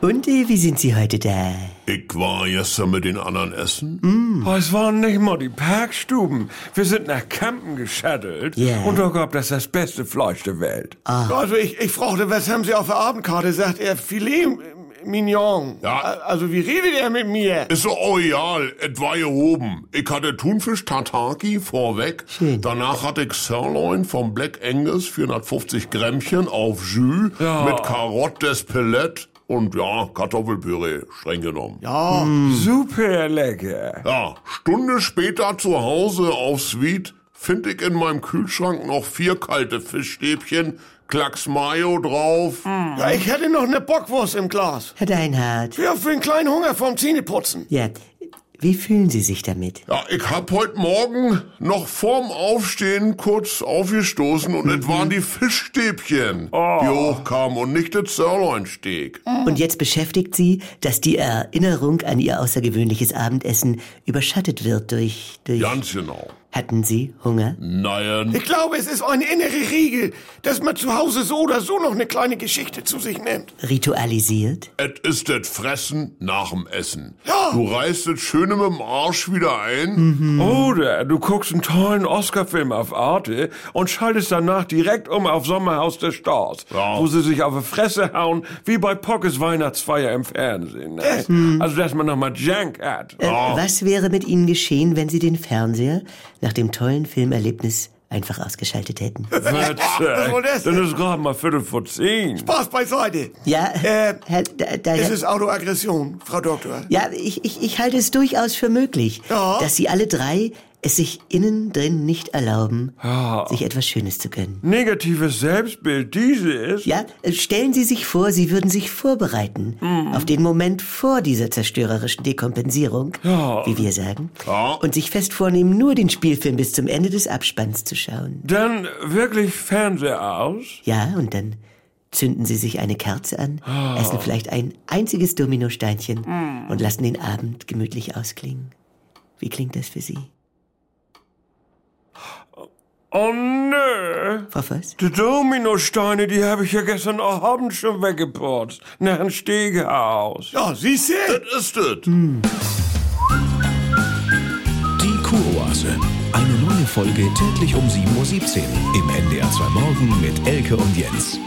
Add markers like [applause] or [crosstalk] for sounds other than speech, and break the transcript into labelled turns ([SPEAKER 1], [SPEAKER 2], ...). [SPEAKER 1] Und äh, wie sind Sie heute da?
[SPEAKER 2] Ich war gestern mit den anderen essen.
[SPEAKER 3] Oh, es waren nicht mal die Parkstuben. Wir sind nach Kampen geschattelt
[SPEAKER 1] Ja.
[SPEAKER 3] und da gab das das beste Fleisch der Welt.
[SPEAKER 4] Also ich, ich fragte, was haben Sie auf der Abendkarte? Sagt er, Filet äh, Mignon.
[SPEAKER 2] Ja.
[SPEAKER 4] A- Also wie redet er mit mir?
[SPEAKER 2] Ist so royal, et war gehoben. Ich hatte Thunfisch Tataki vorweg.
[SPEAKER 1] Schön.
[SPEAKER 2] Danach hatte ich Sirloin vom Black Angus 450 Grämmchen auf Jus mit Karotte Pellet und ja, Kartoffelpüree, streng genommen. Ja.
[SPEAKER 3] Super lecker.
[SPEAKER 2] Stunde später zu Hause auf Suite finde ich in meinem Kühlschrank noch vier kalte Fischstäbchen, Klacks Mayo drauf.
[SPEAKER 4] Ja, ich hätte noch eine Bockwurst im Glas.
[SPEAKER 1] Herr Deinhardt,
[SPEAKER 4] Ja, für einen kleinen Hunger vom Zähneputzen.
[SPEAKER 1] ja, wie fühlen Sie sich damit?
[SPEAKER 2] Ja, ich hab heute Morgen noch vorm Aufstehen kurz aufgestoßen und es
[SPEAKER 4] Mhm.
[SPEAKER 2] waren die Fischstäbchen,
[SPEAKER 4] Oh.
[SPEAKER 2] die hochkamen und nicht das Sirloinsteak.
[SPEAKER 4] Hm.
[SPEAKER 1] Und jetzt beschäftigt Sie, dass die Erinnerung an Ihr außergewöhnliches Abendessen überschattet wird durch... durch
[SPEAKER 2] Ganz genau.
[SPEAKER 1] Hatten Sie Hunger?
[SPEAKER 4] Mhm.
[SPEAKER 2] Nein.
[SPEAKER 4] Ich glaube, es ist eine innere Regel, dass man zu Hause so oder so noch eine kleine Geschichte zu sich nimmt.
[SPEAKER 1] Ritualisiert?
[SPEAKER 2] Es ist das Fressen nach dem Essen.
[SPEAKER 4] Ja. Hm.
[SPEAKER 2] Du reißt das Schöne mit dem Arsch wieder ein.
[SPEAKER 3] Oder du guckst einen tollen Oscar-Film auf Arte und schaltest danach direkt um auf Sommerhaus der Stars,
[SPEAKER 2] Ja.
[SPEAKER 3] wo sie sich auf die Fresse hauen, wie bei Pockes Weihnachtsfeier im Fernsehen. ne? Also, dass man nochmal Junk hat.
[SPEAKER 1] Äh,
[SPEAKER 4] Ah.
[SPEAKER 1] Was wäre mit Ihnen geschehen, wenn Sie den Fernseher nach dem tollen Filmerlebnis einfach ausgeschaltet hätten?
[SPEAKER 4] [laughs] was war
[SPEAKER 3] Verzeih,
[SPEAKER 4] das
[SPEAKER 3] Dann
[SPEAKER 4] denn?
[SPEAKER 3] ist gerade mal Viertel vor zehn.
[SPEAKER 4] Spaß beiseite.
[SPEAKER 1] Ja,
[SPEAKER 4] Äh,
[SPEAKER 1] Herr Da-
[SPEAKER 4] Es
[SPEAKER 1] Deinhardt,
[SPEAKER 4] ist Autoaggression, Frau Doktor.
[SPEAKER 1] ja ich, ich, ich halte es durchaus für möglich,
[SPEAKER 4] Ja.
[SPEAKER 1] dass Sie alle drei es sich innen drin nicht erlauben, sich etwas Schönes zu gönnen.
[SPEAKER 3] Negatives Selbstbild, dieses.
[SPEAKER 1] Ja, äh, stellen Sie sich vor, Sie würden sich vorbereiten auf den Moment vor dieser zerstörerischen Dekompensierung, wie wir sagen, und sich fest vornehmen, nur den Spielfilm bis zum Ende des Abspanns zu schauen.
[SPEAKER 3] Dann wirklich Fernseher aus.
[SPEAKER 1] Ja, und dann zünden Sie sich eine Kerze an, essen vielleicht ein einziges Dominosteinchen und lassen den Abend gemütlich ausklingen. Wie klingt das für Sie,
[SPEAKER 3] Oh nö.
[SPEAKER 1] Frau Voss?
[SPEAKER 3] Die Dominosteine, die habe ich ja gestern Abend schon weggeputzt. Nach dem Stegehaus.
[SPEAKER 4] Ja, siehst du?
[SPEAKER 2] Das ist es.
[SPEAKER 5] Die Kuroase. Eine neue Folge täglich um 7.17 Uhr. Im NDR 2 Morgen mit Elke und Jens.